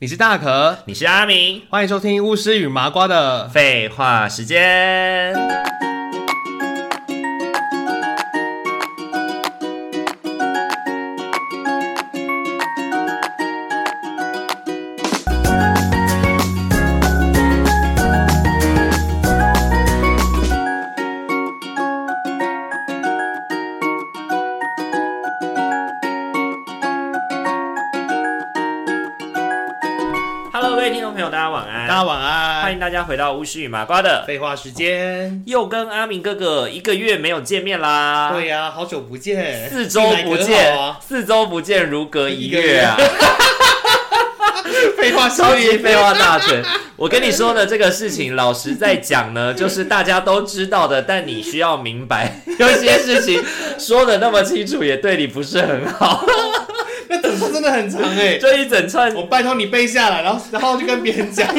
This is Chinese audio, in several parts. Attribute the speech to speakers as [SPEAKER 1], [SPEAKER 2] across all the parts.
[SPEAKER 1] 你是大可，
[SPEAKER 2] 你是阿明，
[SPEAKER 1] 欢迎收听巫师与麻瓜的。
[SPEAKER 2] 废话时间。Hello，各位听众朋友，大家晚
[SPEAKER 1] 大
[SPEAKER 2] 安，
[SPEAKER 1] 家晚
[SPEAKER 2] 欢
[SPEAKER 1] 安。
[SPEAKER 2] 迎大家回到巫师与麻瓜的，
[SPEAKER 1] 废话时间。
[SPEAKER 2] 又跟阿明哥哥一个月没有见面啦，
[SPEAKER 1] 对呀、好久不见，
[SPEAKER 2] 四周不
[SPEAKER 1] 一来
[SPEAKER 2] 见
[SPEAKER 1] 隔好，啊。
[SPEAKER 2] 四周不见如隔一月啊！
[SPEAKER 1] 废话少
[SPEAKER 2] 超级
[SPEAKER 1] 年
[SPEAKER 2] 废话 大全。我跟你说的这个事情，老实在讲呢，就是大家都知道的，但你需要明白， 有些事情说的那么清楚，也对你不是很好。
[SPEAKER 1] 那等候真的很长哎、
[SPEAKER 2] 这一整串，
[SPEAKER 1] 我拜托你背下来，然后然后就跟别人讲。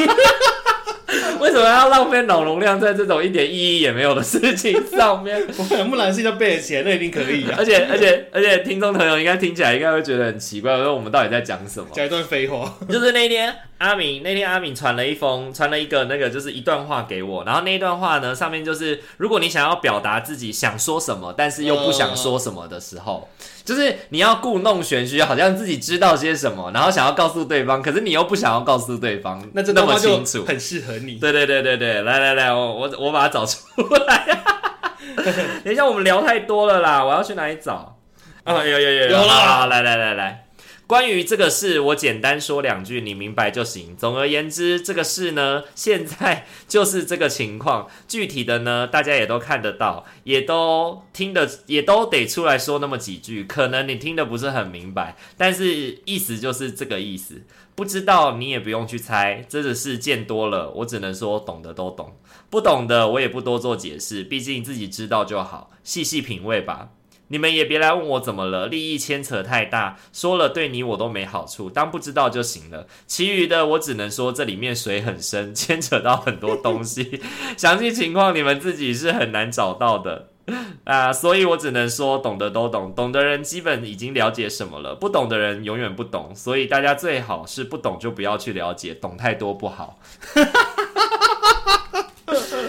[SPEAKER 2] 为什么要浪费脑容量在这种一点意义也没有的事情上面？
[SPEAKER 1] 我木兰是要背得起来，那一定可以啊。
[SPEAKER 2] 而且而且而且，听众朋友应该听起来应该会觉得很奇怪，说我们到底在讲什么？
[SPEAKER 1] 讲一段废话，
[SPEAKER 2] 就是那一天，阿敏那天阿敏传了一封，传了一个那个就是一段话给我，然后那一段话呢，上面就是如果你想要表达自己想说什么，但是又不想说什么的时候， 就是你要故弄玄虚，好像自己知道些什么，然后想要告诉对方，可是你又不想要告诉对方，
[SPEAKER 1] 那这
[SPEAKER 2] 那
[SPEAKER 1] 段
[SPEAKER 2] 么
[SPEAKER 1] 话就
[SPEAKER 2] 清楚。
[SPEAKER 1] 很适合你。
[SPEAKER 2] 对对对对对，来来来，我我我把它找出来。等一下，我们聊太多了啦，我要去哪里找？啊，有有有
[SPEAKER 1] 有啦
[SPEAKER 2] 好好来来来来，关于这个事，我简单说两句，你明白就行。总而言之，这个事呢，现在 就是这个情况，具体的呢，大家也都看得到，也都听得，也都得出来说那么几句。可能你听得不是很明白，但是意思就是这个意思。不知道你也不用去猜，真的是见多了，我只能说懂的都懂，不懂的我也不多做解释，毕竟自己知道就好，细细品味吧。你们也别来问我怎么了，利益牵扯太大，说了对你我都没好处，当不知道就行了。其余的我只能说这里面水很深，牵扯到很多东西，详细情况你们自己是很难找到的。啊、所以我只能说，懂的都懂，懂的人基本已经了解什么了，不懂的人永远不懂。所以大家最好是不懂就不要去了解，懂太多不好。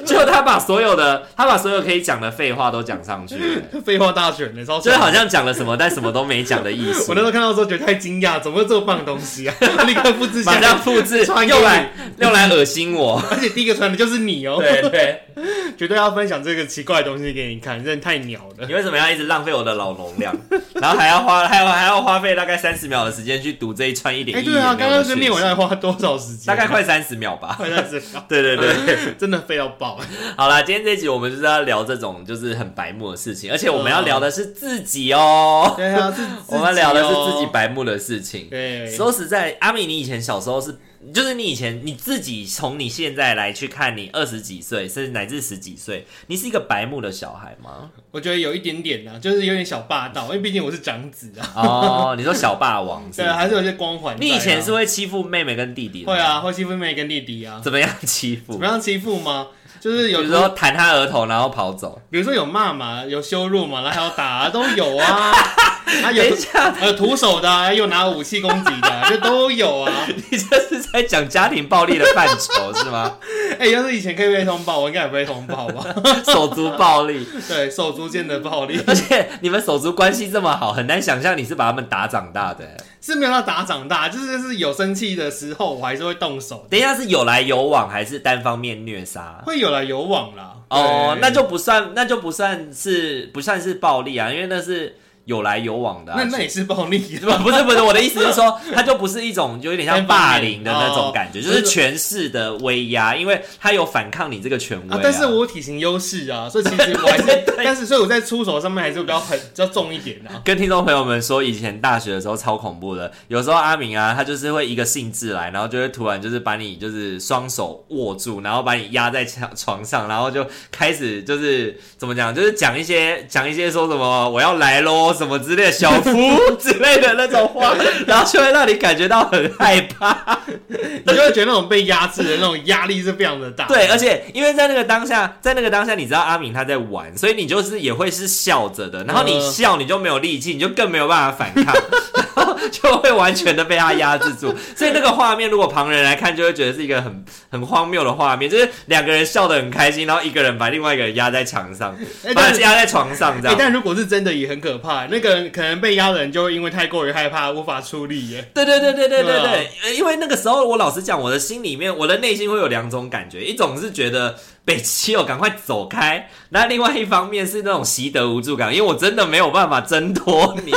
[SPEAKER 2] 就他把所有的，他把所有可以讲的废话都讲上去了，
[SPEAKER 1] 废话大全，你欸超
[SPEAKER 2] 就是好像讲了什么，但什么都没讲的意思
[SPEAKER 1] 我那。时候看到的时候觉得太惊讶，怎么会有这么棒的东 西啊？立刻复制
[SPEAKER 2] 马
[SPEAKER 1] 下
[SPEAKER 2] 上
[SPEAKER 1] 来，
[SPEAKER 2] 复制，
[SPEAKER 1] 传给
[SPEAKER 2] 又来又来恶 心我。
[SPEAKER 1] 而且第一个传的就是你哦。
[SPEAKER 2] 对对，
[SPEAKER 1] 绝对要分享这个奇怪的东西给你看，真的太鸟了。
[SPEAKER 2] 你为什么要一直浪费我的脑容量，然后还要花，还要还要花费大概三十秒的时间去读这一串一点
[SPEAKER 1] 哎、
[SPEAKER 2] 意义
[SPEAKER 1] 对
[SPEAKER 2] 也没有的
[SPEAKER 1] 啊，刚刚这
[SPEAKER 2] 讯
[SPEAKER 1] 念
[SPEAKER 2] 息
[SPEAKER 1] 完要花多少时间？
[SPEAKER 2] 大 概快三十秒吧。
[SPEAKER 1] 快三十秒，
[SPEAKER 2] 对对 对，
[SPEAKER 1] 真的废到爆。
[SPEAKER 2] 好啦，今天这一集我们就是要聊这种就是很白目的事情，而且我们要聊的是自 己哦，
[SPEAKER 1] 对 啊，是
[SPEAKER 2] 我们聊的是自己。白目的事情。
[SPEAKER 1] 对，
[SPEAKER 2] 说实在，阿米，你以前小时候是，就是你以前你自己从你现在来去看你二十几岁，甚至乃至十几岁，你是一个白目的小孩吗？
[SPEAKER 1] 我觉得有一点点啊，就是有点小霸道，因为毕竟我是长子啊，
[SPEAKER 2] 哦，你说小霸王是
[SPEAKER 1] 对
[SPEAKER 2] 不
[SPEAKER 1] 啊，
[SPEAKER 2] 是？
[SPEAKER 1] 还是有些光环在啊。
[SPEAKER 2] 你以前是会欺负妹妹跟弟弟的吗
[SPEAKER 1] 会，啊，会欺负妹跟弟弟啊，
[SPEAKER 2] 怎么样欺
[SPEAKER 1] 怎
[SPEAKER 2] 负
[SPEAKER 1] 么？样欺负吗？就是
[SPEAKER 2] 比
[SPEAKER 1] 有
[SPEAKER 2] 如说弹他额头，然后跑走。
[SPEAKER 1] 比如说有骂嘛，有羞辱嘛，然后还有打、啊、都有 啊，啊有
[SPEAKER 2] 等一下，
[SPEAKER 1] 呃徒手的、啊，又拿武器攻击的、啊，就都有啊。
[SPEAKER 2] 你这是在讲家庭暴力的范畴是吗？
[SPEAKER 1] 哎、要是以前可以被通报，我应该也不会通报吧？
[SPEAKER 2] 手足暴力，
[SPEAKER 1] 对，手足间的暴力
[SPEAKER 2] 而且你们手足关系这么好，很难想象你是把他们打长大的。欸
[SPEAKER 1] 是没有到打长大，就是是有生气的时候，我还是会动手，
[SPEAKER 2] 等一下是有来有往，还是单方面虐杀？
[SPEAKER 1] 会有来有往啦。
[SPEAKER 2] 哦
[SPEAKER 1] 对，
[SPEAKER 2] 那就不算，那就不算是不算是暴力啊，因为那是有来有往的、啊。
[SPEAKER 1] 那那也是暴力，
[SPEAKER 2] 不不是不是，我的意思是说，它就不是一种有点像
[SPEAKER 1] 单方面
[SPEAKER 2] 霸凌的那种感觉，
[SPEAKER 1] 哦
[SPEAKER 2] 就是权势的威压，因为它有反抗你这个权威、
[SPEAKER 1] 啊，但是我有体型优势啊，所以其实我 还是，但是所以我在出手上面还是比较很比较重一点 啊。
[SPEAKER 2] 跟听众朋友们说，以前大学的时候超恐怖的，有时候阿明啊，他就是会一个兴致来，然后就会突然就是把你就是双手握住，然后把你压在墙床上，然后就开始就是怎么讲，就是讲一些讲一些说什么我要来喽什么之类的小夫 之类的那种话，然后就会让你感觉到很害怕。
[SPEAKER 1] 你就会觉得那种被压制的那种压力是非常的大。
[SPEAKER 2] 对，而且因为在那个当下，在那个当下，你知道阿明他在玩，所以你就是也会是笑着的，然后你
[SPEAKER 1] 嗯
[SPEAKER 2] 笑你就没有力气，你就更没有办法反抗。然后就会完全的被他压制住。所以那个画面，如果旁人来看，就会觉得是一个很很荒谬的画面，就是两个人笑得很开心，然后一个人把另外一个人压在墙上，
[SPEAKER 1] 哎
[SPEAKER 2] 把
[SPEAKER 1] 但
[SPEAKER 2] 他
[SPEAKER 1] 是
[SPEAKER 2] 压在床上这
[SPEAKER 1] 哎
[SPEAKER 2] 样。
[SPEAKER 1] 但如果是真的也很可怕，那个可能被压的人就会因为太过于害怕无法出力耶。
[SPEAKER 2] 对对对对对对
[SPEAKER 1] 对啊
[SPEAKER 2] 对，呃因为那个时候我老实讲，我的心里面，我的内心会有两种感觉，一种是觉得北七哦，赶快走开；那另外一方面是那种习得无助感，因为我真的没有办法挣脱你。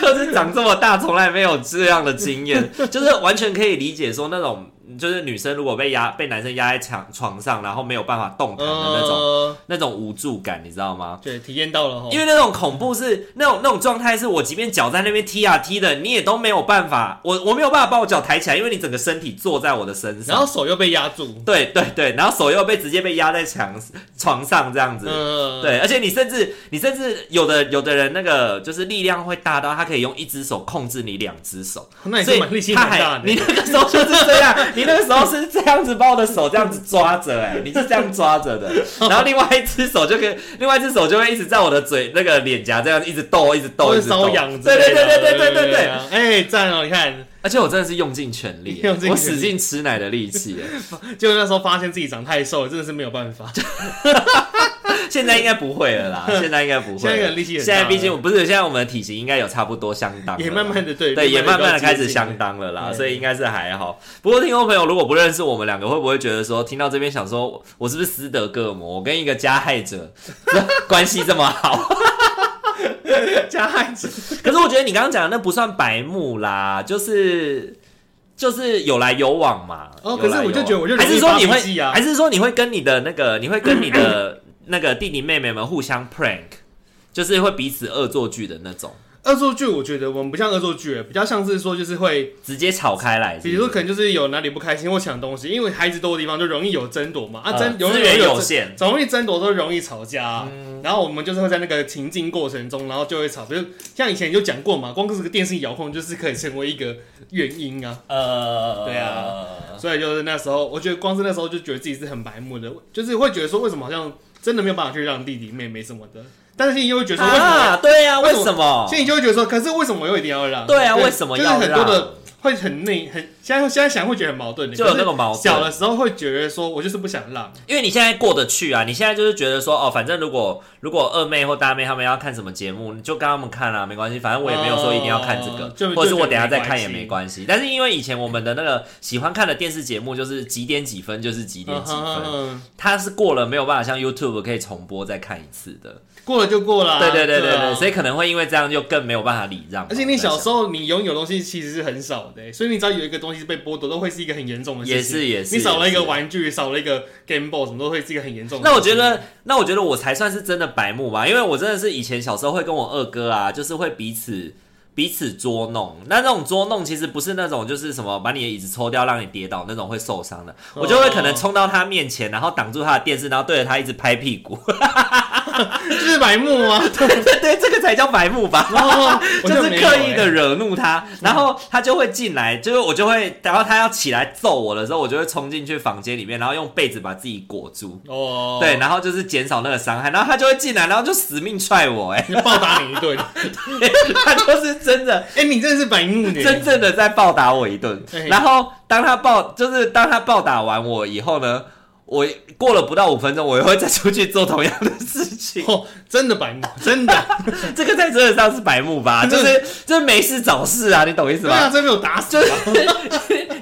[SPEAKER 2] 就是长这么大，从来没有这样的经验，就是完全可以理解说那种，就是女生如果被压被男生压在床床上，然后没有办法动弹哦的那种、
[SPEAKER 1] 呃，
[SPEAKER 2] 那种无助感，你知道吗？
[SPEAKER 1] 对，体验到了吼
[SPEAKER 2] 因。为那种恐怖是那种那种状态，是我即便脚在那边踢啊踢的，你也都没有办法，我我没有办法把我脚抬起来，因为你整个身体坐在我的身
[SPEAKER 1] 然
[SPEAKER 2] 上。
[SPEAKER 1] 后手又被压住，
[SPEAKER 2] 对对对，然后手又被直接被压在墙床上这样子。
[SPEAKER 1] 嗯，
[SPEAKER 2] 对，而且你甚至你甚至有的有的人那个就是力量会大到他可以用一只手控制你两只手，
[SPEAKER 1] 那也
[SPEAKER 2] 所
[SPEAKER 1] 是
[SPEAKER 2] 以
[SPEAKER 1] 蛮力气
[SPEAKER 2] 他
[SPEAKER 1] 蛮大
[SPEAKER 2] 还
[SPEAKER 1] 的
[SPEAKER 2] 你。那个时候就是这样，你那个时候是这样子把我的手这样子抓着，哎，你是这样抓着的，然后另外一只手就可以，另外一只手就会一直在我的嘴那个脸颊这样一直抖，一直抖，
[SPEAKER 1] 都
[SPEAKER 2] 一
[SPEAKER 1] 是
[SPEAKER 2] 直抖
[SPEAKER 1] 瘙痒之
[SPEAKER 2] 对
[SPEAKER 1] 类
[SPEAKER 2] 对
[SPEAKER 1] 的，
[SPEAKER 2] 对对对对对对，
[SPEAKER 1] 啊，哎，赞哦！你看，
[SPEAKER 2] 而且我真的是用尽全力，欸
[SPEAKER 1] 用尽全力
[SPEAKER 2] 我使劲吃奶的力气，哎
[SPEAKER 1] 就那时候发现自己长太瘦了，真的是没有办法。
[SPEAKER 2] 现在应该不会了啦，现在应该不会 了，
[SPEAKER 1] 现在可能力气很
[SPEAKER 2] 现
[SPEAKER 1] 大
[SPEAKER 2] 在毕竟我不是现在我们的体型应该有差不多相当了啦，
[SPEAKER 1] 也慢慢的对
[SPEAKER 2] 对，也慢慢的
[SPEAKER 1] 地
[SPEAKER 2] 开始
[SPEAKER 1] 接近
[SPEAKER 2] 相当了啦，
[SPEAKER 1] 对
[SPEAKER 2] 所以应该是还好。不过听众朋友如果不认识我们两个，会不会觉得说听到这边想说，我我是不是斯德哥尔摩？我跟一个加害者 关系这么好？
[SPEAKER 1] 加害者，
[SPEAKER 2] 可是我觉得你刚刚讲的那不算白目啦，就是就是有来有往嘛。
[SPEAKER 1] 哦
[SPEAKER 2] 有
[SPEAKER 1] 可是
[SPEAKER 2] 来有
[SPEAKER 1] 我就觉得
[SPEAKER 2] 往
[SPEAKER 1] 我就
[SPEAKER 2] 还
[SPEAKER 1] 容
[SPEAKER 2] 是
[SPEAKER 1] 易
[SPEAKER 2] 说你
[SPEAKER 1] 发脾
[SPEAKER 2] 会
[SPEAKER 1] 气，啊
[SPEAKER 2] 还是说你会跟你的那个，你会跟你的那个弟弟妹妹们互相 prank，就是会彼此恶作剧的那种，
[SPEAKER 1] 恶作剧，我觉得我们不像恶作剧，比较像是说就是会，
[SPEAKER 2] 直接吵开来是不是
[SPEAKER 1] 比如说可能就是有哪里不开心或抢东西，因为孩子多的地方就容易有争夺嘛，啊
[SPEAKER 2] 呃
[SPEAKER 1] 争容易
[SPEAKER 2] 资源
[SPEAKER 1] 有
[SPEAKER 2] 有
[SPEAKER 1] 争
[SPEAKER 2] 限，
[SPEAKER 1] 总容易争夺都容易吵架啊、然后我们就是会在那个情境过程中，然后就会吵，比如像以前就讲过嘛，光是个电视遥控就是可以成为一个原因啊，
[SPEAKER 2] 呃，
[SPEAKER 1] 对啊。所以就是那时候，我觉得光是那时候就觉得自己是很白目的，就是会觉得说为什么好像真的没有办法去让弟弟妹妹什么的，但是心里又会觉得说为什么，
[SPEAKER 2] 啊，对啊，为
[SPEAKER 1] 为什么
[SPEAKER 2] 什么？
[SPEAKER 1] 心里就会觉得说，可是为什么我又一定要让？
[SPEAKER 2] 对啊，为什么
[SPEAKER 1] 就是
[SPEAKER 2] 要
[SPEAKER 1] 很多
[SPEAKER 2] 让？
[SPEAKER 1] 的会很内很，现在现在想会觉得很矛盾的，
[SPEAKER 2] 就有那种矛
[SPEAKER 1] 可是小
[SPEAKER 2] 盾，
[SPEAKER 1] 的时候会觉得说我就是不想让，
[SPEAKER 2] 因为你现在过得去啊，你现在就是觉得说，哦，反正如果如果二妹或大妹他们要看什么节目，你就跟他们看啊啦、没关系，反正我也没有说一定要看这
[SPEAKER 1] 哦
[SPEAKER 2] 个，
[SPEAKER 1] 就
[SPEAKER 2] 或者是
[SPEAKER 1] 就
[SPEAKER 2] 我
[SPEAKER 1] 觉得
[SPEAKER 2] 等一下
[SPEAKER 1] 没
[SPEAKER 2] 再
[SPEAKER 1] 关
[SPEAKER 2] 看也
[SPEAKER 1] 系
[SPEAKER 2] 没关系。但是因为以前我们的那个喜欢看的电视节目就是几点几分就是几点几分，
[SPEAKER 1] 嗯
[SPEAKER 2] 它是过了没有办法像 YouTube 可以重播再看一次的。
[SPEAKER 1] 过了就过了啊、
[SPEAKER 2] 对对对对
[SPEAKER 1] 啊
[SPEAKER 2] 对，所以可能会因为这样就更没有办法礼让嘛。
[SPEAKER 1] 而且你
[SPEAKER 2] 我在
[SPEAKER 1] 小
[SPEAKER 2] 想
[SPEAKER 1] 时候你拥有的东西其实是很少的欸、所以你只要有一个东西被剥夺，都会是一个很严重的事情。
[SPEAKER 2] 也是也是
[SPEAKER 1] 你少了一
[SPEAKER 2] 也
[SPEAKER 1] 个
[SPEAKER 2] 是
[SPEAKER 1] 玩具，少了一个 Game Boy，什么都会是一个很严重的
[SPEAKER 2] 那我
[SPEAKER 1] 事情。
[SPEAKER 2] 觉得，那我觉得我才算是真的白目吧，因为我真的是以前小时候会跟我二哥啊，就是会彼此彼此捉弄。那那种捉弄其实不是那种就是什么把你的椅子抽掉让你跌倒那种会受伤的，我就会可
[SPEAKER 1] 哦
[SPEAKER 2] 能冲到他面前，然后挡住他的电视，然后对着他一直拍屁股。
[SPEAKER 1] 就是白目啊，
[SPEAKER 2] 对对，这个才叫白目吧。
[SPEAKER 1] 然后我
[SPEAKER 2] 就是哎
[SPEAKER 1] 没有
[SPEAKER 2] 刻意的
[SPEAKER 1] 欸，
[SPEAKER 2] 惹怒他，然后他就会进来，就是我就会，然后他要起来揍我的时候，我就会冲进去房间里面，然后用被子把自己裹住，
[SPEAKER 1] 哦，
[SPEAKER 2] 对，，然后就是减少那个伤害，然后他就会进来，然后就死命踹我、 哎，
[SPEAKER 1] 就暴打你一顿。
[SPEAKER 2] 他就是真的
[SPEAKER 1] 哎、你真的是白目呢，
[SPEAKER 2] 真正的在暴打我一顿。
[SPEAKER 1] 哎。
[SPEAKER 2] 然后当他暴，就是当他暴打完我以后呢，我过了不到五分钟，我也会再出去做同样的事情
[SPEAKER 1] 哦，真的白目，真的，
[SPEAKER 2] 这个在真的上是白目 吧？就
[SPEAKER 1] 真的
[SPEAKER 2] 是就是没事找事啊，你懂意思
[SPEAKER 1] 对
[SPEAKER 2] 吗？
[SPEAKER 1] 啊，真没有打死啊，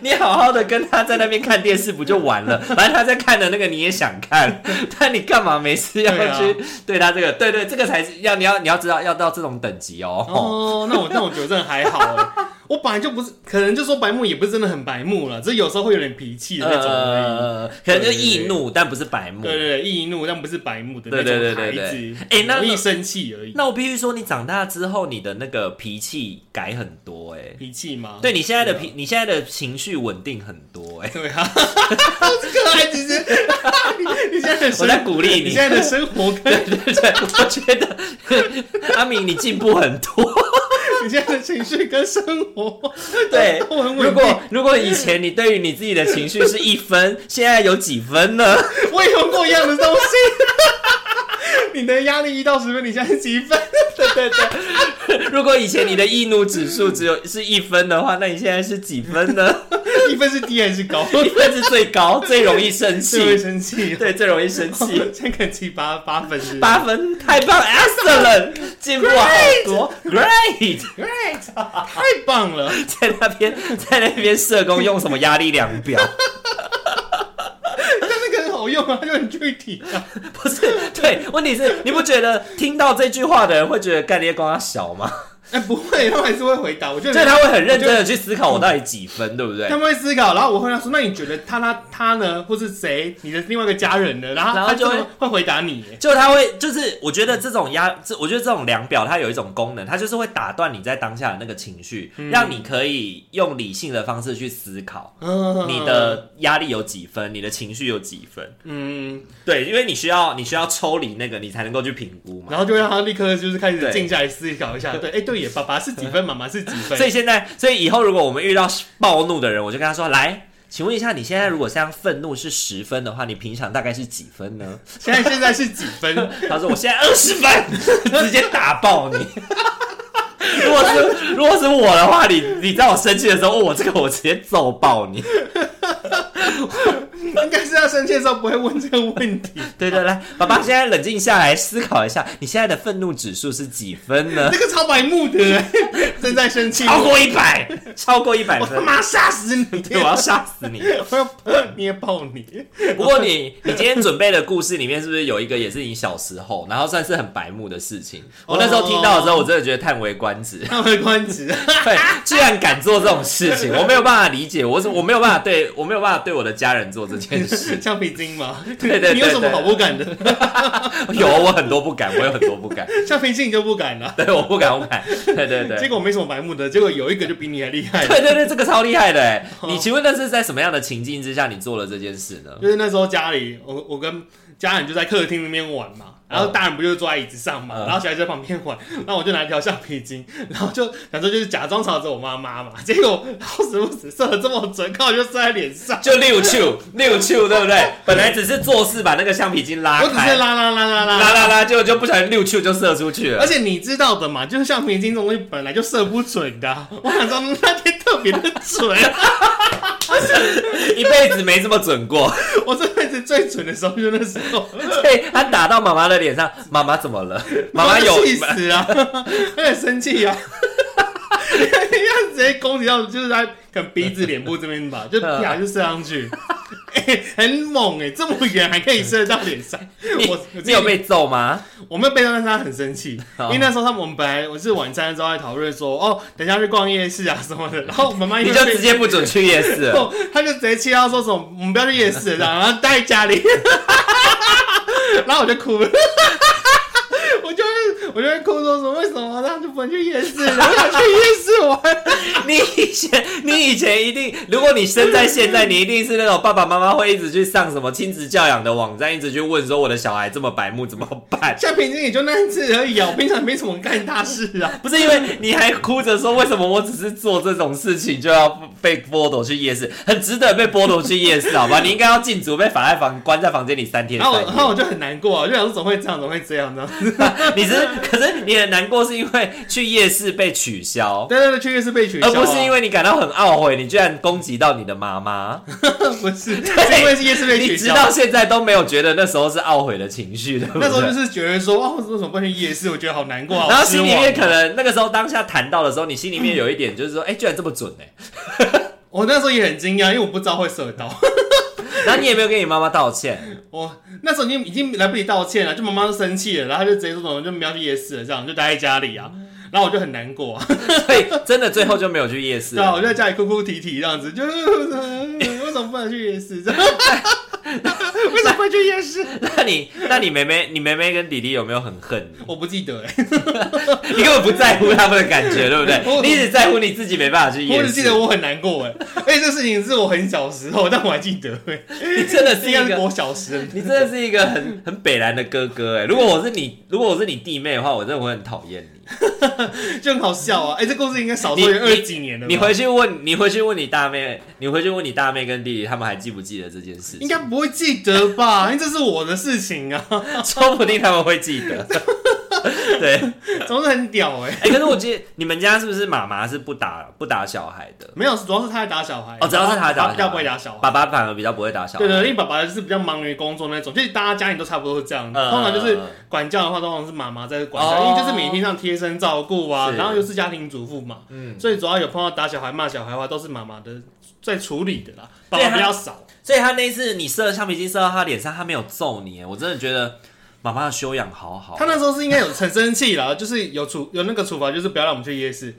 [SPEAKER 2] 你好好的跟他在那边看电视不就完 了？反正他在看的那个你也想看，但你干嘛没事要
[SPEAKER 1] 对啊
[SPEAKER 2] 去对他这个？对对，这个才是要你要你要知道要到这种等级哦。
[SPEAKER 1] 哦，那我那我觉得真的还好哎、我本来就不是，可能就说白目也不是真的很白目了，只是有时候会有点脾气的那种而已。
[SPEAKER 2] 呃，可能就易怒，但不是白目。
[SPEAKER 1] 对对对，易怒但不是白目的那
[SPEAKER 2] 对对对
[SPEAKER 1] 种
[SPEAKER 2] 对
[SPEAKER 1] 孩
[SPEAKER 2] 对
[SPEAKER 1] 子，
[SPEAKER 2] 哎那
[SPEAKER 1] 容易生气而已，
[SPEAKER 2] 那我必须说，你长大之后，你的那个脾气改很多哎、
[SPEAKER 1] 脾气嘛。
[SPEAKER 2] 对你现在的脾，你现在的情绪稳定很多哎、
[SPEAKER 1] 啊对啊，这个孩子是， 你你现在的
[SPEAKER 2] 我
[SPEAKER 1] 生
[SPEAKER 2] 在鼓励
[SPEAKER 1] 你
[SPEAKER 2] 你。
[SPEAKER 1] 现在的生活跟
[SPEAKER 2] 对对对，我觉得阿明你进步很多。
[SPEAKER 1] 你现在的情绪跟生活
[SPEAKER 2] 对
[SPEAKER 1] 都很
[SPEAKER 2] 如
[SPEAKER 1] 稳定。
[SPEAKER 2] 果如果以前你对于你自己的情绪是一分，现在有几分呢？
[SPEAKER 1] 我也用过一样的东西。 你的压力一到十分，你现在是几分？
[SPEAKER 2] 如果以前你的易怒指数只有是一分的话，那你现在是几分 呢？
[SPEAKER 1] 一分是低还是高？
[SPEAKER 2] 一分是最高，最容易生
[SPEAKER 1] 最会
[SPEAKER 2] 气，
[SPEAKER 1] 生气，
[SPEAKER 2] 对，最容易生气。
[SPEAKER 1] 现在可能七八八分是不是
[SPEAKER 2] 八分，太棒，excellent，进步好多，great，
[SPEAKER 1] ，great，太棒了！
[SPEAKER 2] 在那边在那边社工用什么压力量表？
[SPEAKER 1] 但那个很好用啊，它就很具体 啊。
[SPEAKER 2] 不是，对，问题是你不觉得听到这句话的人会觉得概念光他小吗？
[SPEAKER 1] 哎，不会，他们还是会回答。我觉
[SPEAKER 2] 就是
[SPEAKER 1] 得
[SPEAKER 2] 他会很认真的去思考我到底几分，对不对
[SPEAKER 1] 他？们会思考，然后我会跟他说：“那你觉得他他他呢，或是谁，你的另外一个家人呢？”然后
[SPEAKER 2] 然后
[SPEAKER 1] 他
[SPEAKER 2] 就
[SPEAKER 1] 真
[SPEAKER 2] 会
[SPEAKER 1] 的会回答你耶。
[SPEAKER 2] 就他会，就是我觉得这种压，这我觉得这种量表它有一种功能，它就是会打断你在当下的那个情绪，让你可以用理性的方式去思考
[SPEAKER 1] 嗯
[SPEAKER 2] 你的压力有几分，你的情绪有几分。
[SPEAKER 1] 嗯，
[SPEAKER 2] 对，因为你需要你需要抽离那个，你才能够去评估嘛。
[SPEAKER 1] 然后就会让他立刻就是开始
[SPEAKER 2] 对
[SPEAKER 1] 静下来思考一下。对，哎，对耶，爸爸是几分，妈妈是几分
[SPEAKER 2] 所？以现在，所以以后如果我们遇到暴怒的人，我就跟他说：“来，请问一下，你现在如果像愤怒是十分的话，你平常大概是几分呢
[SPEAKER 1] 现在现在是几分？？”
[SPEAKER 2] 他说：“我现在二十分， 直接打爆你。” 如果是如果是我的话，你你在我生气的时候问我哦这个，我直接揍爆你。
[SPEAKER 1] 应该是要生气的时候不会问这个问题。
[SPEAKER 2] 对对，来，爸爸现在冷静下来思考一下，你现在的愤怒指数是几分呢？
[SPEAKER 1] 这个超白目的耶，正在生气，
[SPEAKER 2] 超过一百，超过一百
[SPEAKER 1] 我他
[SPEAKER 2] 分，
[SPEAKER 1] 妈杀死你！
[SPEAKER 2] 对，我要杀死你。
[SPEAKER 1] 我要捏爆你！
[SPEAKER 2] 不过你 你今天准备的故事里面是不是有一个也是你小时候，然后算是很白目的事情？
[SPEAKER 1] 哦
[SPEAKER 2] 我那时候听到的时候，我真的觉得叹为 观止，
[SPEAKER 1] 叹为观止。
[SPEAKER 2] 对，居然敢做这种事情，我没有办法理解，我是我没有办法对我没有办法对我的家人做这 件事。
[SPEAKER 1] 橡皮筋吗？
[SPEAKER 2] 对对
[SPEAKER 1] 你有什么好不敢的？
[SPEAKER 2] 有我很多不敢，我有很多不敢，
[SPEAKER 1] 橡皮筋你就不敢了。
[SPEAKER 2] 对，我不敢，我不敢，对对
[SPEAKER 1] 结
[SPEAKER 2] 对。
[SPEAKER 1] 果没什么白目的，结果有一个就比你还厉害。
[SPEAKER 2] 对对对，这个超厉害的哎！
[SPEAKER 1] 哦
[SPEAKER 2] 你请问那是在什么样的情境之下你做了这件事呢？
[SPEAKER 1] 就是那时候家里，我我跟家人就在客厅里面玩嘛，然后大人不就是坐在椅子上嘛，
[SPEAKER 2] 嗯
[SPEAKER 1] 然后小孩在旁边玩，那我就拿一条橡皮筋，然后就想说就是假装朝着我妈妈嘛，结果然后时不时射的这么准，刚好就射在脸上，
[SPEAKER 2] 就六球六球，对不对？本来只是做事把那个橡皮筋拉
[SPEAKER 1] 我只是
[SPEAKER 2] 开，
[SPEAKER 1] 拉拉拉拉
[SPEAKER 2] 啦
[SPEAKER 1] 拉。
[SPEAKER 2] 啦啦，就就不小心六球就射出去了
[SPEAKER 1] 而。且你知道的嘛，就是橡皮筋这种东西本来就射不准的啊、我想说那天特别的准，啊
[SPEAKER 2] 一辈子没这么准 过。
[SPEAKER 1] 我这辈子最准的时候就是那时候，
[SPEAKER 2] 对，他打到妈妈的脸上，妈妈怎么了？妈妈有
[SPEAKER 1] 气死 啊，他很生气啊，要直接攻击到就是他可能鼻子、脸部这边吧，就
[SPEAKER 2] 嗯
[SPEAKER 1] 啪就射上去， 欸很猛哎、这么远还可以射到脸上，
[SPEAKER 2] 你
[SPEAKER 1] 我我
[SPEAKER 2] 你有被哦揍吗？
[SPEAKER 1] 我没有被到，但是他很生气，
[SPEAKER 2] 好
[SPEAKER 1] 因为那时候他们我们本来我是晚餐的时候在讨论说，哦，等一下去逛夜市啊什么的，然后妈妈因
[SPEAKER 2] 你
[SPEAKER 1] 为
[SPEAKER 2] 就
[SPEAKER 1] 被
[SPEAKER 2] 直接不准去夜市 了。
[SPEAKER 1] 哦，他就直接气到说什么“我们不要去夜市了”，然后待在家里， 然后我就哭了。 我就是，我就会哭说什么？为什么他就不能去夜市？然后想去夜市玩，
[SPEAKER 2] 你以前，你以前一定，如果你生在现在，你一定是那种爸爸妈妈会一直去上什么亲子教养的网站，一直去问说我的小孩这么白目怎么 办？
[SPEAKER 1] 像平时也就那一次而已啊，我平常没什么干大事 啊。
[SPEAKER 2] 不是因为你还哭着说为什么我只是做这种事情就要被剥夺去夜市，很值得被剥夺去夜市，好吧？你应该要禁足，被罚在房关在房间里三天
[SPEAKER 1] 然后我，
[SPEAKER 2] 三夜
[SPEAKER 1] 然。后我就很难过啊，我就想说怎么会这样，怎么会这样呢？
[SPEAKER 2] 你是，可是你很难过，是因为去夜市被取消，
[SPEAKER 1] 对对对，确实是被取消、
[SPEAKER 2] 而
[SPEAKER 1] 啊，
[SPEAKER 2] 哦不是因为你感到很懊悔，你居然攻击到你的妈妈。
[SPEAKER 1] 不是，是因为是夜市被
[SPEAKER 2] 你
[SPEAKER 1] 取
[SPEAKER 2] 直
[SPEAKER 1] 消。啊
[SPEAKER 2] 到现在都没有觉得那时候是懊悔的情绪，对不
[SPEAKER 1] 那
[SPEAKER 2] 对？
[SPEAKER 1] 时候就是觉得说，哦，为什么不能去夜市？我觉得好难过啊。
[SPEAKER 2] 然
[SPEAKER 1] 好
[SPEAKER 2] 后
[SPEAKER 1] 失
[SPEAKER 2] 心里
[SPEAKER 1] 望
[SPEAKER 2] 面可能那个时候当下谈到的时候，你心里面有一点就是说，哎、居然这么准哎、
[SPEAKER 1] 我那时候也很惊讶，因为我不知道会射到。
[SPEAKER 2] 然后你也没有跟你妈妈 道歉，
[SPEAKER 1] 我哦那时候已经已经来不及道歉了，就妈妈都生气了，然后她就直接说什么就不要去夜市了，这样就待在家里啊。
[SPEAKER 2] 嗯
[SPEAKER 1] 然后我就很难过、啊，
[SPEAKER 2] 所以真的最后就没有去夜市
[SPEAKER 1] 对啊，我
[SPEAKER 2] 了。
[SPEAKER 1] 就在家里哭哭啼啼这样子，就 为什么不能去夜市？这 样为什么不能去夜市？
[SPEAKER 2] 那你那你妹妹你妹妹跟弟弟有没有很恨你？
[SPEAKER 1] 我不记得、欸，
[SPEAKER 2] 你根本不在乎他们的感觉，对不对？
[SPEAKER 1] 我
[SPEAKER 2] 你只在乎你自己没办法去夜市。
[SPEAKER 1] 我只记得我很难过哎、欸，而且这事情是我很小时候，但我还记得哎、
[SPEAKER 2] 你真的是
[SPEAKER 1] 应
[SPEAKER 2] 一
[SPEAKER 1] 该
[SPEAKER 2] 个
[SPEAKER 1] 是我小时 候。
[SPEAKER 2] 你欸真的是一个很很北蓝的哥哥哎、如果我是你，如果我是你弟妹的话，我真的会很讨厌你。
[SPEAKER 1] 就很好笑啊！哎、这故事应该少
[SPEAKER 2] 你
[SPEAKER 1] 说也
[SPEAKER 2] 你
[SPEAKER 1] 二几年了吧，
[SPEAKER 2] 你回去问，你回去问你大妹，你回去问你大妹跟弟弟，他们还记不记得这件事
[SPEAKER 1] 应
[SPEAKER 2] 情？
[SPEAKER 1] 该不会记得吧？因哎为这是我的事情啊，
[SPEAKER 2] 说不定他们会记得。 对，
[SPEAKER 1] 总是很屌哎、
[SPEAKER 2] 哎、可是我记得你们家是不是妈妈是不打不打小孩的？
[SPEAKER 1] 没有，主要是他在打小孩
[SPEAKER 2] 哦主要是他在打小
[SPEAKER 1] 他哎
[SPEAKER 2] 孩
[SPEAKER 1] 比较不会打小孩。
[SPEAKER 2] 爸爸反而比较不会打小孩。
[SPEAKER 1] 对对，因为爸爸是比较忙于工作那种，就是大家家里都差不多是这样。
[SPEAKER 2] 嗯
[SPEAKER 1] 通常就是管教的话，通常是妈妈在管教，
[SPEAKER 2] 哦
[SPEAKER 1] 因为就是每天上贴身照顾啊，
[SPEAKER 2] 是
[SPEAKER 1] 然后又是家庭主妇嘛，
[SPEAKER 2] 嗯，
[SPEAKER 1] 所以主要有碰到打小孩、骂小孩的话，都是妈妈的在处理的啦，爸
[SPEAKER 2] 对啊
[SPEAKER 1] 爸
[SPEAKER 2] 哦他
[SPEAKER 1] 比较少。
[SPEAKER 2] 所以他那一次你射橡皮筋射到他脸上，他没有揍你，欸我真的觉得妈妈的修养好好。啊
[SPEAKER 1] 他那时候是应该有很生气啦，就是有处有那个处罚，就是不要让我们去夜市，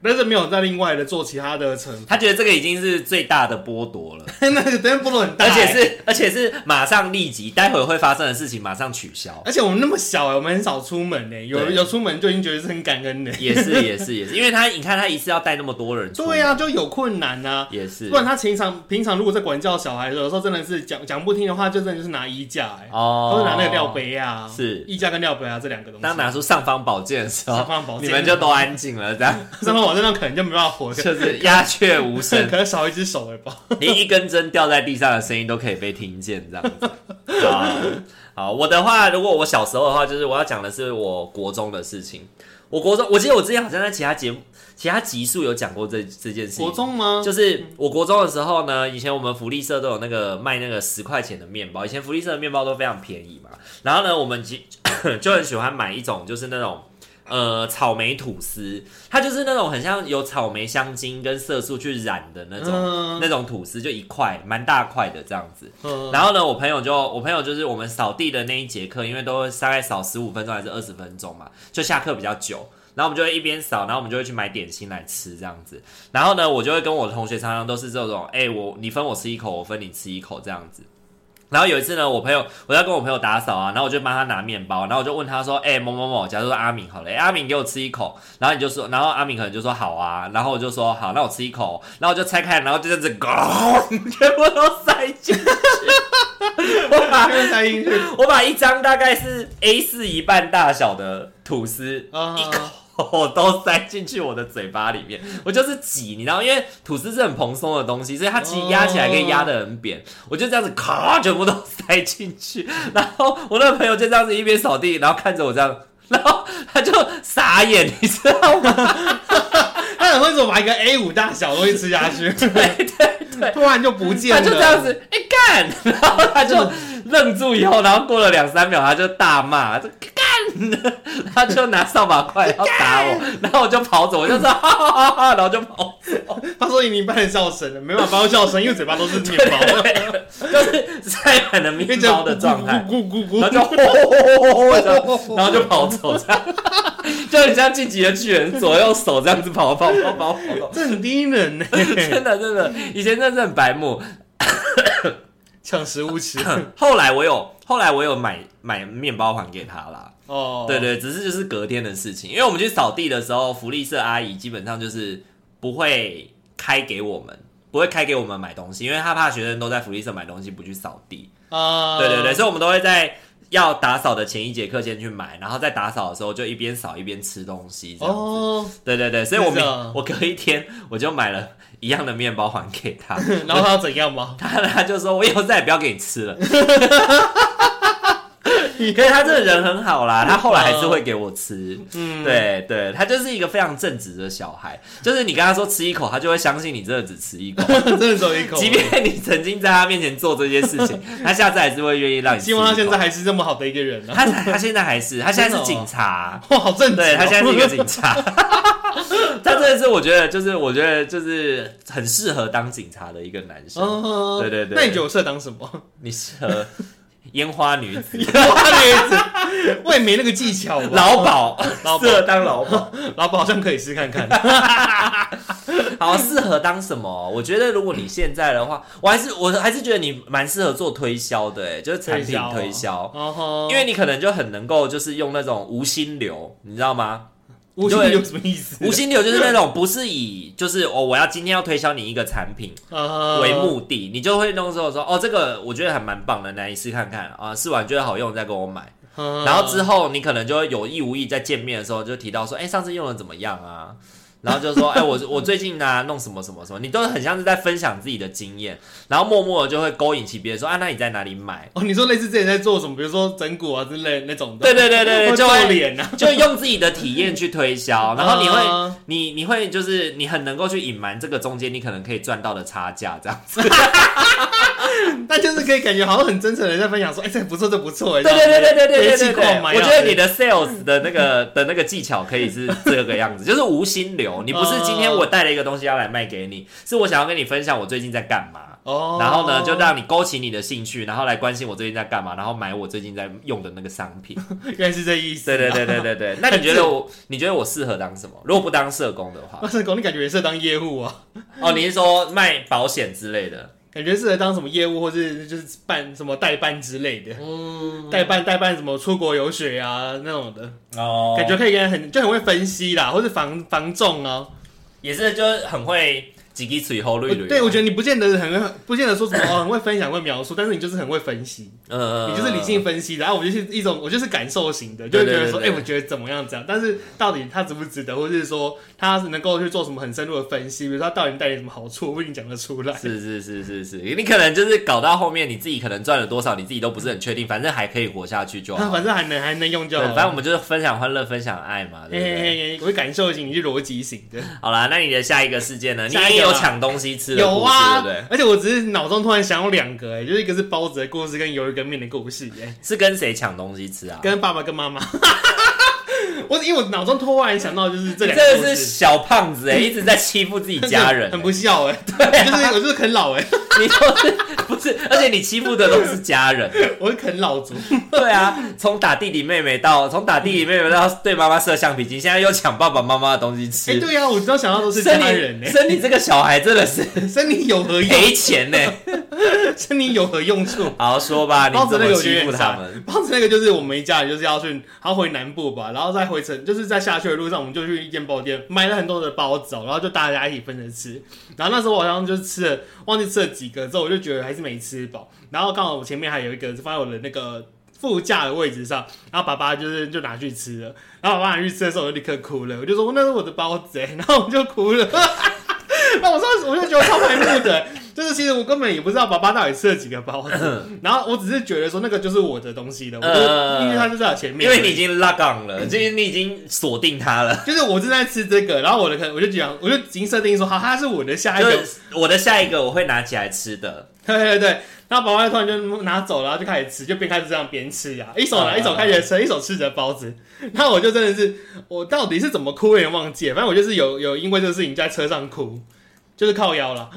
[SPEAKER 1] 但是没有再另外的做其他的惩罚，
[SPEAKER 2] 他觉得这个已经是最大的剥夺了，
[SPEAKER 1] 那个真的波动很大、
[SPEAKER 2] 而且
[SPEAKER 1] 欸
[SPEAKER 2] 是而且是马上立即，待会儿会发生的事情马上取消。
[SPEAKER 1] 而且我们那么小、欸，我们很少出门呢、欸有
[SPEAKER 2] 对
[SPEAKER 1] 有出门就已经觉得是很感恩的、
[SPEAKER 2] 也是也是也是，因为他你看他一次要带那么多人出门，
[SPEAKER 1] 对呀、就有困难呐、
[SPEAKER 2] 也是
[SPEAKER 1] 不然他平常平常如果在管教小孩的时候，有时候真的是讲讲不听的话，就真的就是拿衣架、欸，
[SPEAKER 2] 哦，
[SPEAKER 1] 都是拿那个料，杯啊，
[SPEAKER 2] 是
[SPEAKER 1] 衣架跟料杯啊这两个东西。
[SPEAKER 2] 当拿出尚方宝剑的时
[SPEAKER 1] 上
[SPEAKER 2] 候，
[SPEAKER 1] 方宝
[SPEAKER 2] 你
[SPEAKER 1] 剑，
[SPEAKER 2] 们就都安静了，这样
[SPEAKER 1] 上方宝剑上可能就没办法活着，
[SPEAKER 2] 就是鸦雀无
[SPEAKER 1] 可
[SPEAKER 2] 声，
[SPEAKER 1] 能少一只手了吧。
[SPEAKER 2] 连一根针掉在地上的声音都可以被听见，这样子。好，好，我的话，如果我小时候的话，就是我要讲的是我国中的事情。我国中，我记得我之前好像在其他节目、其他集数有讲过这这件事情。
[SPEAKER 1] 国中吗？
[SPEAKER 2] 就是我国中的时候呢，以前我们福利社都有那个卖那个十块钱的面包，以前福利社的面包都非常便宜嘛。然后呢，我们就 就很喜欢买一种就是那种呃草莓吐司，它就是那种很像有草莓香精跟色素去染的那种、
[SPEAKER 1] 嗯
[SPEAKER 2] 那种吐司，就一块蛮大块的这样子。
[SPEAKER 1] 嗯，
[SPEAKER 2] 然后呢，我朋友就我朋友就是我们扫地的那一节课，因为都会大概扫十五分钟还是二十分钟嘛，就下课比较久。然后我们就会一边扫，然后我们就会去买点心来吃这样子。然后呢，我就会跟我的同学常常都是这种，哎、我你分我吃一口，我分你吃一口这样子。然后有一次呢，我朋友我在跟我朋友打扫啊，然后我就帮他拿面包，然后我就问他说：“哎、某某某，假如说阿敏好了，哎、阿敏给我吃一口。”然后你就说，然后阿敏可能就说：“好啊。”然后我就说：“好，那我吃一口。”然后我就拆开，然后就这样子，咕 全部都塞进去。我把
[SPEAKER 1] 因为才进去，
[SPEAKER 2] 我把一张大概是 A 四一半大小的吐司，
[SPEAKER 1] 啊
[SPEAKER 2] 一口 都塞进去我的嘴巴里面，我就是挤，你知道，因为吐司是很蓬松的东西，所以它其实压起来可以压得很扁，我就这样子咔全部都 塞进去，然后我那个朋友就这样子一边扫地，然后看着我这样。然后他就傻眼，你知道吗？
[SPEAKER 1] 他很会怎么把一个 A 五大小的东西吃下 去，
[SPEAKER 2] 对对对，
[SPEAKER 1] 突然就不见
[SPEAKER 2] 他
[SPEAKER 1] 了，
[SPEAKER 2] 就这样子，哎、干， 然后他就愣住以后，然后过了两三秒，他就大骂，这干， 他就拿扫把块要打我，然后我就跑走，我就说哈哈哈哈，然后就跑，
[SPEAKER 1] 他说你一半的笑声了，没办法发出笑声，因为嘴巴都是面 包，
[SPEAKER 2] 就是塞满了面
[SPEAKER 1] 变成
[SPEAKER 2] 包的状态，
[SPEAKER 1] 咕咕咕咕咕咕，
[SPEAKER 2] 然后就吼 吼吼吼吼吼，然后就跑走，这样，就很像晋级的巨人，左右手这样子跑跑跑跑跑，
[SPEAKER 1] 这很低能呢、
[SPEAKER 2] 真的真的，以前真的是很白目，
[SPEAKER 1] 抢食物 吃
[SPEAKER 2] 后来我有后来我有买买面包还给他啦。
[SPEAKER 1] 哦，
[SPEAKER 2] 对，对，只是就是隔天的事情，因为我们去扫地的时候，福利社阿姨基本上就是不会开给我们，不会开给我们买东西，因为她怕学生都在福利社买东西不去扫地。
[SPEAKER 1] 啊、
[SPEAKER 2] 对对对，，所以我们都会在要打扫的前一节课先去买，然后在打扫的时候就一边扫一边吃东西这样子。
[SPEAKER 1] 哦，
[SPEAKER 2] 对对对，所以我
[SPEAKER 1] 是
[SPEAKER 2] 明
[SPEAKER 1] 啊
[SPEAKER 2] 我隔一天我就买了一样的面包还给她，
[SPEAKER 1] 然后他要怎样吗？
[SPEAKER 2] 他他就说我以后再也不要给你吃 了。可是他这个人很好啦，他后来还是会给我吃。
[SPEAKER 1] 嗯，
[SPEAKER 2] 对对，他就是一个非常正直的小孩，就是你跟他说吃一口，他就会相信你真的只吃一口，
[SPEAKER 1] 真的只有一口，啊
[SPEAKER 2] 即便你曾经在他面前做这些事 情，他下次还是会愿意让你吃一
[SPEAKER 1] 希
[SPEAKER 2] 口。
[SPEAKER 1] 望他现在还是这么好的一个人呢、啊。
[SPEAKER 2] 他他现在还是，他现在是
[SPEAKER 1] 真的哦
[SPEAKER 2] 警察。
[SPEAKER 1] 哇，好正直哦、
[SPEAKER 2] 对他现在是一个警察， 他真的是我觉得就是我觉得就是很适合当警察的一个男 生。
[SPEAKER 1] 哦，
[SPEAKER 2] 对对对
[SPEAKER 1] 那你觉得我适合当什么？
[SPEAKER 2] 你适合烟花女子、
[SPEAKER 1] 我也没那个技巧吧。
[SPEAKER 2] 劳保，
[SPEAKER 1] 劳保
[SPEAKER 2] 适合当劳保，
[SPEAKER 1] 老板好像可以试看 看。
[SPEAKER 2] 好适合当什么？我觉得如果你现在的话，我还是我还是觉得你蛮适合做推销的、欸，就是产品推
[SPEAKER 1] 推
[SPEAKER 2] 销。
[SPEAKER 1] 哦吼，
[SPEAKER 2] 因为你可能就很能够，就是用那种无心流，你知道吗？
[SPEAKER 1] 无心
[SPEAKER 2] 对
[SPEAKER 1] 有什么意思？
[SPEAKER 2] 无心流就是那种不是以就是哦，我要今天要推销你一个产品
[SPEAKER 1] 啊
[SPEAKER 2] 为目的，你就会弄时候说哦，这个我觉得还蛮棒的，来你试看看啊，试完觉得好用再跟我买。
[SPEAKER 1] 嗯
[SPEAKER 2] 然后之后你可能就会有意无意在见面的时候就提到说，哎、上次用的怎么样啊？然后就说，哎、我我最近呢、弄什么什么什么，你都很像是在分享自己的经验，然后默默的就会勾引起别人说，啊，那你在哪里买？
[SPEAKER 1] 哦，你说类似之前在做什么，比如说整蛊啊之类那种的，
[SPEAKER 2] 对对对对
[SPEAKER 1] 或
[SPEAKER 2] 对，就
[SPEAKER 1] 做
[SPEAKER 2] 会
[SPEAKER 1] 脸啊，
[SPEAKER 2] 就用自己的体验去推销，然后你会
[SPEAKER 1] 嗯
[SPEAKER 2] 你你会就是你很能够去隐瞒这个中间你可能可以赚到的差价这样子。
[SPEAKER 1] 那就是可以感觉好像很真诚的在分享说，哎、这不错，这不错，哎，
[SPEAKER 2] 对对对对对对对
[SPEAKER 1] 别
[SPEAKER 2] 对
[SPEAKER 1] 气狂买啊
[SPEAKER 2] 我觉得你的 sales 的那个的那个技巧可以是这个样子，就是无心流。你不是今天我带了一个东西要来卖给你，是我想要跟你分享我最近在干嘛。
[SPEAKER 1] 哦，
[SPEAKER 2] 然后呢，就让你勾起你的兴趣，然后来关心我最近在干嘛，然后买我最近在用的那个商品。
[SPEAKER 1] 原来是这意思、
[SPEAKER 2] 对对，对对对对。那你觉得我，你觉得我适合当什么？如果不当社工的话，
[SPEAKER 1] 哇，社工你感觉也适合当业务啊，
[SPEAKER 2] 哦，你是说卖保险之类的？
[SPEAKER 1] 感觉适合当什么业务，或是就是办什么代办之类的，
[SPEAKER 2] 嗯，
[SPEAKER 1] 代办代办什么出国游学啊那种的，
[SPEAKER 2] 哦，
[SPEAKER 1] 感觉可以跟人很就很会分析啦，或是防防重啊，
[SPEAKER 2] 也是，就是很会几滴水后绿
[SPEAKER 1] 我
[SPEAKER 2] 绿。
[SPEAKER 1] 对，我觉得你不见得很会，不见得说什么哦，很会分享、会描述，但是你就是很会分析，
[SPEAKER 2] 得，嗯，
[SPEAKER 1] 你就是理性分析的。然后我就是一种，我就是感受型的，就会觉
[SPEAKER 2] 对对
[SPEAKER 1] 得说，哎、
[SPEAKER 2] 对对
[SPEAKER 1] 我觉得怎么样这样，但是到底他值不值得，或是说他能够去做什么很深入的分析，比如说他到底带来什么好处，我不一定讲得出 来。
[SPEAKER 2] 是是是是是，你可能就是搞到后面，你自己可能赚了多少，你自己都不是很确定，反正还可以活下去就
[SPEAKER 1] 那
[SPEAKER 2] 好。
[SPEAKER 1] 反正还能还能用就
[SPEAKER 2] 对，
[SPEAKER 1] 好了。
[SPEAKER 2] 反正我们就是分享欢乐，分享爱嘛，对
[SPEAKER 1] 嘿
[SPEAKER 2] 不
[SPEAKER 1] 嘿嘿，
[SPEAKER 2] 对？
[SPEAKER 1] 我是感受型，你是逻辑型的。
[SPEAKER 2] 好啦，那你的下一个事件呢？你
[SPEAKER 1] 下一个
[SPEAKER 2] 也有
[SPEAKER 1] 吧
[SPEAKER 2] 抢东西吃的
[SPEAKER 1] 有
[SPEAKER 2] 故事，
[SPEAKER 1] 啊，
[SPEAKER 2] 对不对？
[SPEAKER 1] 而且我只是脑中突然想到两个、哎，就是一个是包子的故事，跟鱿鱼跟面的故事、哎。
[SPEAKER 2] 是跟谁抢东西吃啊？
[SPEAKER 1] 跟爸爸跟妈 妈。我因为我脑中突然想到就是这
[SPEAKER 2] 这
[SPEAKER 1] 两个故
[SPEAKER 2] 个是
[SPEAKER 1] 事
[SPEAKER 2] 小胖子哎、一直在欺负自己家人、欸啊
[SPEAKER 1] 很不孝哎、就是我就是啃老哎、
[SPEAKER 2] 你都是不是？而且你欺负的都是家人，
[SPEAKER 1] 我是啃老族，
[SPEAKER 2] 对啊，从打弟弟妹妹到从打弟弟妹妹到对妈妈射橡皮筋，现在又抢爸爸妈妈的东西
[SPEAKER 1] 哎、
[SPEAKER 2] 吃，
[SPEAKER 1] 对呀、啊，我只要想到都是家
[SPEAKER 2] 生
[SPEAKER 1] 人
[SPEAKER 2] 你
[SPEAKER 1] 哎、
[SPEAKER 2] 生你这个小孩真的是
[SPEAKER 1] 生你有何 用？
[SPEAKER 2] 赔钱呢、
[SPEAKER 1] 生你有何用处？
[SPEAKER 2] 好好说吧，你
[SPEAKER 1] 包子
[SPEAKER 2] 怎
[SPEAKER 1] 那
[SPEAKER 2] 么
[SPEAKER 1] 个我觉
[SPEAKER 2] 欺
[SPEAKER 1] 得
[SPEAKER 2] 负
[SPEAKER 1] 很
[SPEAKER 2] 他
[SPEAKER 1] 傻
[SPEAKER 2] 们？，
[SPEAKER 1] 包子那个就是我们一家人就是要去，还要回南部吧，然后再回程，就是在下去的路上，我们就去一间包店买了很多的包子、哦，然后就大家一起分着吃。然后那时候我好像就是吃了，忘记吃了几个之后，我就觉得还是没吃饱。然后刚好我前面还有一个是放在我的那个副驾的位置上，然后爸爸就是就拿去吃了，然后爸爸拿去吃的时候我就立刻哭了，我就说那是我的包子、欸，然后我就哭了。 那我说，我就觉得超白目的，就是其实我根本也不知道爸爸到底吃了几个包子， 然后我只是觉得说那个就是我的东西了，我
[SPEAKER 2] 嗯
[SPEAKER 1] 就因为它就在我前
[SPEAKER 2] 因
[SPEAKER 1] 面而已，
[SPEAKER 2] 为你已经拉杠了，就是你已经锁定他了。
[SPEAKER 1] 就是我正在吃这个，然后我的可我就讲，我就已经设定说，好，它是我的下一
[SPEAKER 2] 就
[SPEAKER 1] 个
[SPEAKER 2] 是 我的下一个我会拿起来 吃的，
[SPEAKER 1] 对对对，然后爸爸突然就拿走，然后就开始吃，就边开始这样边吃呀、一手
[SPEAKER 2] 啊
[SPEAKER 1] 拿一手开始吃，一手吃着包子。然后我就真的是，我到底是怎么哭我也忘记了，反正我就是有有因为这个事情在车上哭，就是靠腰了。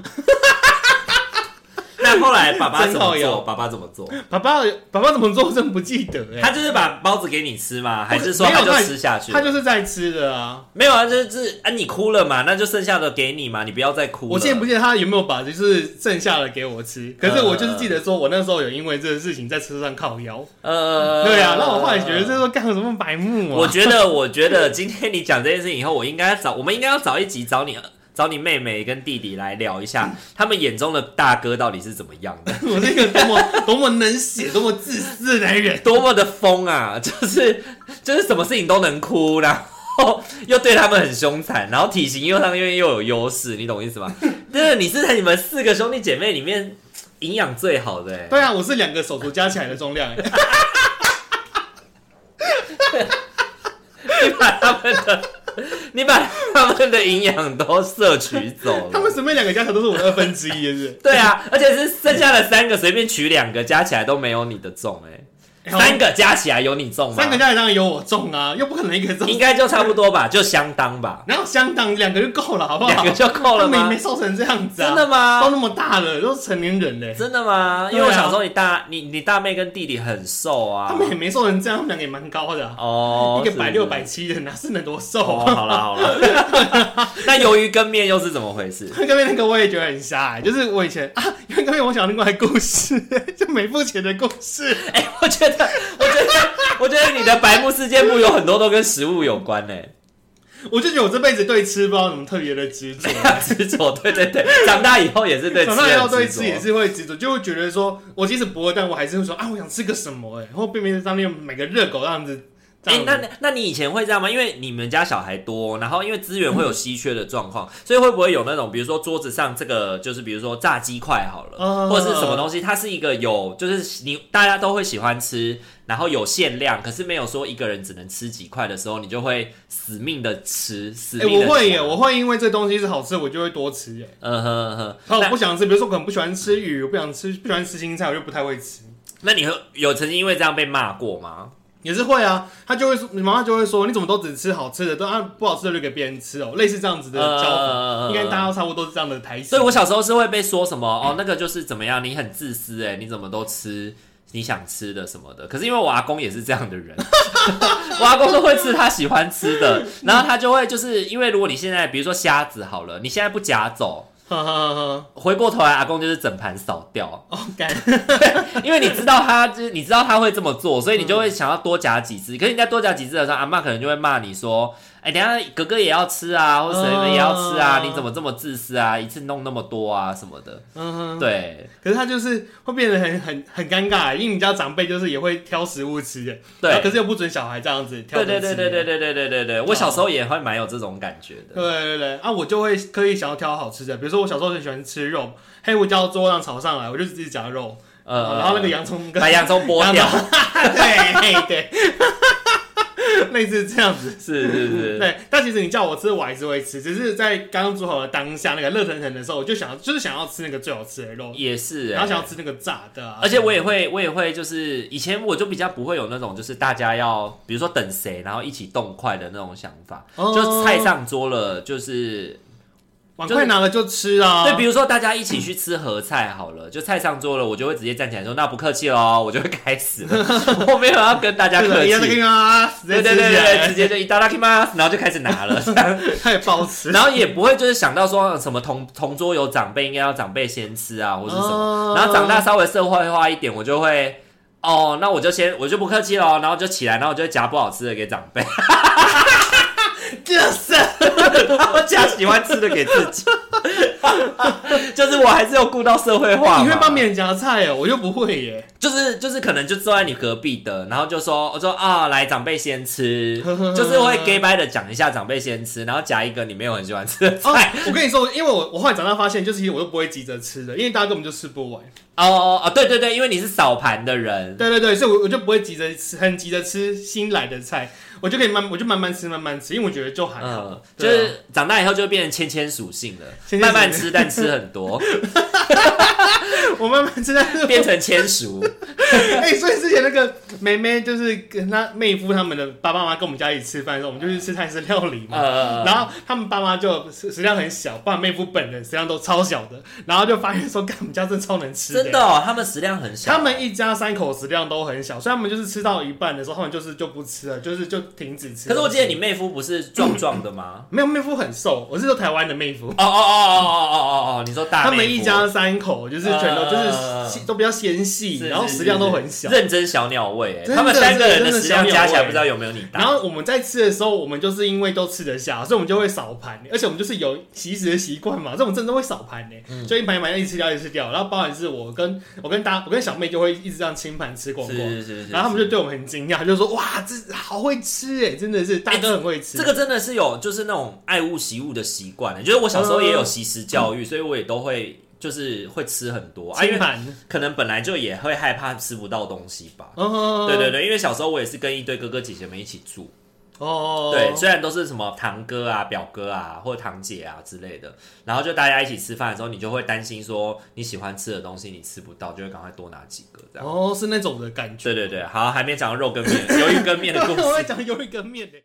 [SPEAKER 2] 那后来爸爸
[SPEAKER 1] 真
[SPEAKER 2] 怎
[SPEAKER 1] 靠
[SPEAKER 2] 么
[SPEAKER 1] 腰
[SPEAKER 2] 做？爸爸怎么做？
[SPEAKER 1] 爸爸爸爸怎么做，我真不记得哎、
[SPEAKER 2] 他就是把包子给你吃吗？还是说
[SPEAKER 1] 没有
[SPEAKER 2] 他就
[SPEAKER 1] 他
[SPEAKER 2] 吃下去了？
[SPEAKER 1] 他就是在吃的啊。
[SPEAKER 2] 没有啊，就是啊，你哭了嘛，那就剩下的给你嘛，你不要再哭了。呃
[SPEAKER 1] 我记不记得他有没有把就是剩下的给我吃？可是我就是记得说，我那时候有因为这个事情在车上靠腰。
[SPEAKER 2] 呃，
[SPEAKER 1] 对啊，那我后来觉得这。说干什么白目啊？
[SPEAKER 2] 我觉得， 我觉得今天你讲这件事情以后，我应该找，我们应该要找一集找你。找你妹妹跟弟弟来聊一
[SPEAKER 1] 嗯
[SPEAKER 2] 下，他们眼中的大哥到底是怎么样的，
[SPEAKER 1] 我是一个多么多么能写、多么自私的男人。
[SPEAKER 2] 多么的疯啊！就是 就是什么事情都能哭，然后又对他们很凶残，然后体型又上面又有优势，你懂意思吗？ 就是你是在你们四个兄弟姐妹里面营养最好的、欸，
[SPEAKER 1] 对啊，我是两个手镯加起来的重量、欸，
[SPEAKER 2] 你把他们的，你把他们的营养都摄取走
[SPEAKER 1] 他们
[SPEAKER 2] 了。
[SPEAKER 1] 随便两个加起来都是我的二分之一，是不是？
[SPEAKER 2] 对啊，而且是剩下的三个，随便取两个加起来都没有你的重哎、
[SPEAKER 1] 哎
[SPEAKER 2] 三个加起来有你重吗？
[SPEAKER 1] 三个加起来当然有我重啊，又不可能一个重
[SPEAKER 2] 应，该就差不多吧，就相当吧，
[SPEAKER 1] 然后相当两个就够了，好不
[SPEAKER 2] 两
[SPEAKER 1] 好
[SPEAKER 2] 个？就够了
[SPEAKER 1] 他们也
[SPEAKER 2] 吗
[SPEAKER 1] 没？瘦成这样子啊，
[SPEAKER 2] 真的
[SPEAKER 1] 都
[SPEAKER 2] 吗？
[SPEAKER 1] 那么大了，都成年人嘞、
[SPEAKER 2] 真的吗？因为
[SPEAKER 1] 对啊
[SPEAKER 2] 我想说你大你你大妹跟弟弟很瘦啊
[SPEAKER 1] 他，们也没瘦成这样，他们两个也蛮高的、啊，
[SPEAKER 2] 哦，
[SPEAKER 1] 一个百
[SPEAKER 2] 是不
[SPEAKER 1] 六
[SPEAKER 2] 是
[SPEAKER 1] 百七的，哪是能多瘦
[SPEAKER 2] 哦，
[SPEAKER 1] 啊？
[SPEAKER 2] 好了好了，那鱿鱼跟面又是怎么回 事？
[SPEAKER 1] 刚 面那个我也觉得很瞎、欸，就是我以前啊，因为刚面我想到另外一个故事、 就没付钱的故事。
[SPEAKER 2] 哎、我觉 得，我觉得，我觉得你的白目事件簿有很多都跟食物有关呢、
[SPEAKER 1] 我就觉得我这辈子对吃不知道有什么特别的执着
[SPEAKER 2] 没。有执着，对对对，长大以后也是对吃
[SPEAKER 1] 啊长大以后对
[SPEAKER 2] 很执
[SPEAKER 1] 吃也
[SPEAKER 2] 着。
[SPEAKER 1] 是会执着，就会觉得说，我即使不会，但我还是会说啊，我想吃个什么哎、然后便便当面买个热狗这样子。这
[SPEAKER 2] 哎、
[SPEAKER 1] 样子
[SPEAKER 2] 那那你以前会这样吗？因为你们家小孩多，然后因为资源会有稀缺的状况，所以会不会有那种，比如说桌子上这个就是比如说炸鸡块好了，
[SPEAKER 1] 嗯
[SPEAKER 2] 或者是什么东西，它是一个有就是你大家都会喜欢吃，然后有限量，可是没有说一个人只能吃几块的时候，你就会死命的吃，死
[SPEAKER 1] 哎、
[SPEAKER 2] 命的、
[SPEAKER 1] 我会耶，我会因为这东西是好吃，我就会多吃耶。
[SPEAKER 2] 嗯哼嗯哼，
[SPEAKER 1] 然后我不想吃，比如说我可能不喜欢吃鱼，我不想吃不喜欢吃青菜，我就不太会吃。
[SPEAKER 2] 那你会有曾经因为这样被骂过吗？
[SPEAKER 1] 也是会啊，他就会说，你妈妈就会说，你怎么都只吃好吃的，都按不好吃的留给别人吃哦，类似这样子的教法，
[SPEAKER 2] 呃
[SPEAKER 1] 应该大家都差不多是这样的台词
[SPEAKER 2] 所以。我小时候是会被说什么哦，那个就是怎么样，你很自私哎、你怎么都吃你想吃的什么的。可是因为我阿公也是这样的人， 我阿公都会吃他喜欢吃的，然后他就会就是因为如果你现在比如说虾子好了，你现在不夹走，
[SPEAKER 1] 哈哈哈！
[SPEAKER 2] 回过头来阿公就是整盘扫掉，
[SPEAKER 1] 哦，感
[SPEAKER 2] 因为你知道他 就是你知道他会这么做，所以你就会想要多夹几只。可是你在多夹几只的时候，阿妈可能就会骂你说：“哎、等一下哥哥也要吃啊，或者谁们也要吃啊，
[SPEAKER 1] 嗯
[SPEAKER 2] 你怎么这么自私啊，一次弄那么多啊什么的。
[SPEAKER 1] 嗯哼，
[SPEAKER 2] 对
[SPEAKER 1] 可是他就是会变得很很很尴尬，因为你家长辈就是也会挑食物吃的，
[SPEAKER 2] 对
[SPEAKER 1] 然后可是又不准小孩这样子挑着
[SPEAKER 2] 对对对
[SPEAKER 1] 吃
[SPEAKER 2] 对对对对对对
[SPEAKER 1] 啊
[SPEAKER 2] 对，我小时候也会蛮有这种感觉的。
[SPEAKER 1] 对对对啊，我就会刻意想要挑好吃的，比如说我小时候很喜欢吃肉，黑胡椒桌上炒上来，我就自己夹肉，
[SPEAKER 2] 呃，
[SPEAKER 1] 然后那个洋葱跟
[SPEAKER 2] 把洋葱剥掉，
[SPEAKER 1] 对对， 类似这样子。
[SPEAKER 2] 是是是，
[SPEAKER 1] 对，但其实你叫我吃，我还是会吃，只是在刚煮好的当下，那个热腾腾的时候，我就想要就是想要吃那个最好吃的肉，
[SPEAKER 2] 也是、
[SPEAKER 1] 然后
[SPEAKER 2] 欸。
[SPEAKER 1] 想要吃那个炸的、啊，
[SPEAKER 2] 而且我也会，我也会，就是以前我就比较不会有那种，就是大家要，比如说等谁，然后一起动筷的那种想法。
[SPEAKER 1] 哦
[SPEAKER 2] 就菜上桌了，就是
[SPEAKER 1] 碗筷拿了就吃啊，
[SPEAKER 2] 对，比如说大家一起去吃合菜好了，就菜上桌了，我就会直接站起来说：“那不客气喽，我就会开始 了，我没有要跟大家
[SPEAKER 1] 对
[SPEAKER 2] 客
[SPEAKER 1] 的，一样的
[SPEAKER 2] 气。”
[SPEAKER 1] 啊，直接
[SPEAKER 2] 对
[SPEAKER 1] 吃起
[SPEAKER 2] 对对对，直
[SPEAKER 1] 来，
[SPEAKER 2] 接就一大拉 k i m a 然后就开始 拿了，这样
[SPEAKER 1] 太包 吃，
[SPEAKER 2] 然后也不会就是想到说什么同同桌有长辈，应该要长辈先吃啊，或是什么。
[SPEAKER 1] 么
[SPEAKER 2] 然后长大稍微社会化一点，我就会哦，那我就先我就不客气喽，然后就起来，然后我就会夹不好吃的给长辈，
[SPEAKER 1] 就是
[SPEAKER 2] 然后夹喜欢吃的给自己， 就是我还是有顾到社会化嘛。
[SPEAKER 1] 哦你会帮别人夹菜哦，我就不会耶，
[SPEAKER 2] 就是就是可能就坐在你隔壁的，然后就说我说啊，来长辈先吃，就是会 gay bye 的讲一下长辈先吃，然后夹一个你没有很喜欢吃的
[SPEAKER 1] 哦
[SPEAKER 2] 菜。，
[SPEAKER 1] 我跟你说，因为我我后来长大发现，就是其实我都不会急着吃的，因为大家根本就吃不完，
[SPEAKER 2] 哦哦哦，对对对，因为你是扫盘的人，
[SPEAKER 1] 对对对，所以我我就不会急着吃，很急着吃新来的菜，我就可以慢，我就慢慢吃，慢慢吃，因为我觉得就还好，
[SPEAKER 2] 嗯，就
[SPEAKER 1] 对啊
[SPEAKER 2] 是长大以后就变成芊芊属性了，
[SPEAKER 1] 芊芊属性
[SPEAKER 2] 慢慢吃但吃很 多，
[SPEAKER 1] 我慢慢吃，但是
[SPEAKER 2] 变成千熟。
[SPEAKER 1] 哎、所以之前那个妹妹就是跟她妹夫他们的爸爸妈妈跟我们家一起吃饭的时候，我们就去吃泰式料理嘛。
[SPEAKER 2] 呃，
[SPEAKER 1] 然后他们爸妈就食食量很小，爸妹夫本人食量都超小的，然后就发现说，干我们家真的超能吃
[SPEAKER 2] 真的、哦，他们食量很小，
[SPEAKER 1] 他们一家三口食量都很小，所以他们就是吃到一半的时候，他们就是就不吃了，就是就停止吃。
[SPEAKER 2] 可是我记得你妹夫不是壮壮的吗？
[SPEAKER 1] 没有妹夫很瘦，我是说台湾的妹夫，
[SPEAKER 2] 哦哦哦哦哦哦哦哦，你说
[SPEAKER 1] 嗯
[SPEAKER 2] 大妹夫
[SPEAKER 1] 他们一家三口就是全都就是
[SPEAKER 2] 呃
[SPEAKER 1] 细都比较纤
[SPEAKER 2] 是
[SPEAKER 1] 细，
[SPEAKER 2] 是
[SPEAKER 1] 然后食量都很小。
[SPEAKER 2] 认真小鸟胃、欸，
[SPEAKER 1] 真的
[SPEAKER 2] 他们三个人的
[SPEAKER 1] 真的
[SPEAKER 2] 食量
[SPEAKER 1] 小鸟
[SPEAKER 2] 加起来
[SPEAKER 1] 胃
[SPEAKER 2] 不知道有没有你大。
[SPEAKER 1] 然后我们在吃的时候，我们就是因为都吃得下，所以我们就会少盘，而且我们就是有习食的习惯嘛，这种真的会少盘呢、
[SPEAKER 2] 嗯
[SPEAKER 1] 所以一盘一盘一直吃掉，一直吃掉。然后包含是我跟我跟大我跟小妹就会一直这样清盘吃光
[SPEAKER 2] 是
[SPEAKER 1] 光，
[SPEAKER 2] 是是是，
[SPEAKER 1] 然后他们就对我们很惊讶，就说哇，这好会吃哎、真的是大哥很会吃。
[SPEAKER 2] 这个真的是有就是那种爱物习物的习惯、欸，就是我小时候也有习食教
[SPEAKER 1] 嗯
[SPEAKER 2] 育，所以我也都会就是会吃很多啊，因
[SPEAKER 1] 清
[SPEAKER 2] 为
[SPEAKER 1] 盘，
[SPEAKER 2] 可能本来就也会害怕吃不到东西吧。
[SPEAKER 1] 哦，
[SPEAKER 2] 对对对，因为小时候我也是跟一堆哥哥姐姐们一起住，
[SPEAKER 1] 哦，
[SPEAKER 2] 对，虽然都是什么堂哥啊、表哥啊或者堂姐啊之类的，然后就大家一起吃饭的时候，你就会担心说你喜欢吃的东西你吃不到，就会赶快多拿几个
[SPEAKER 1] 哦
[SPEAKER 2] 这样。
[SPEAKER 1] 哦，是那种的感觉。
[SPEAKER 2] 对对对，好，还没讲到肉跟面，鱿鱼跟面的故事
[SPEAKER 1] 我。在讲有一个面的。